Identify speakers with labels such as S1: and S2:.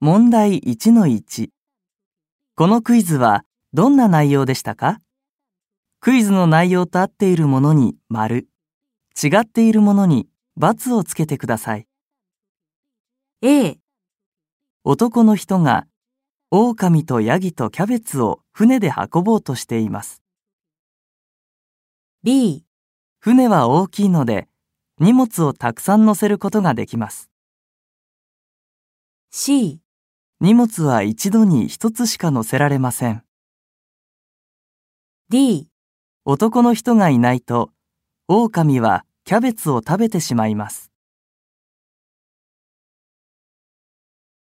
S1: 問題1-1。このクイズはどんな内容でしたかクイズの内容と合っているものに丸、違っているものに×をつけてください。
S2: A、
S1: 男の人が狼とヤギとキャベツを船で運ぼうとしています。
S2: B、
S1: 船は大きいので荷物をたくさん乗せることができます。
S2: C、
S1: 荷物は一度に一つしか乗せられません。
S2: D、
S1: 男の人がいないと、狼はキャベツを食べてしまいます。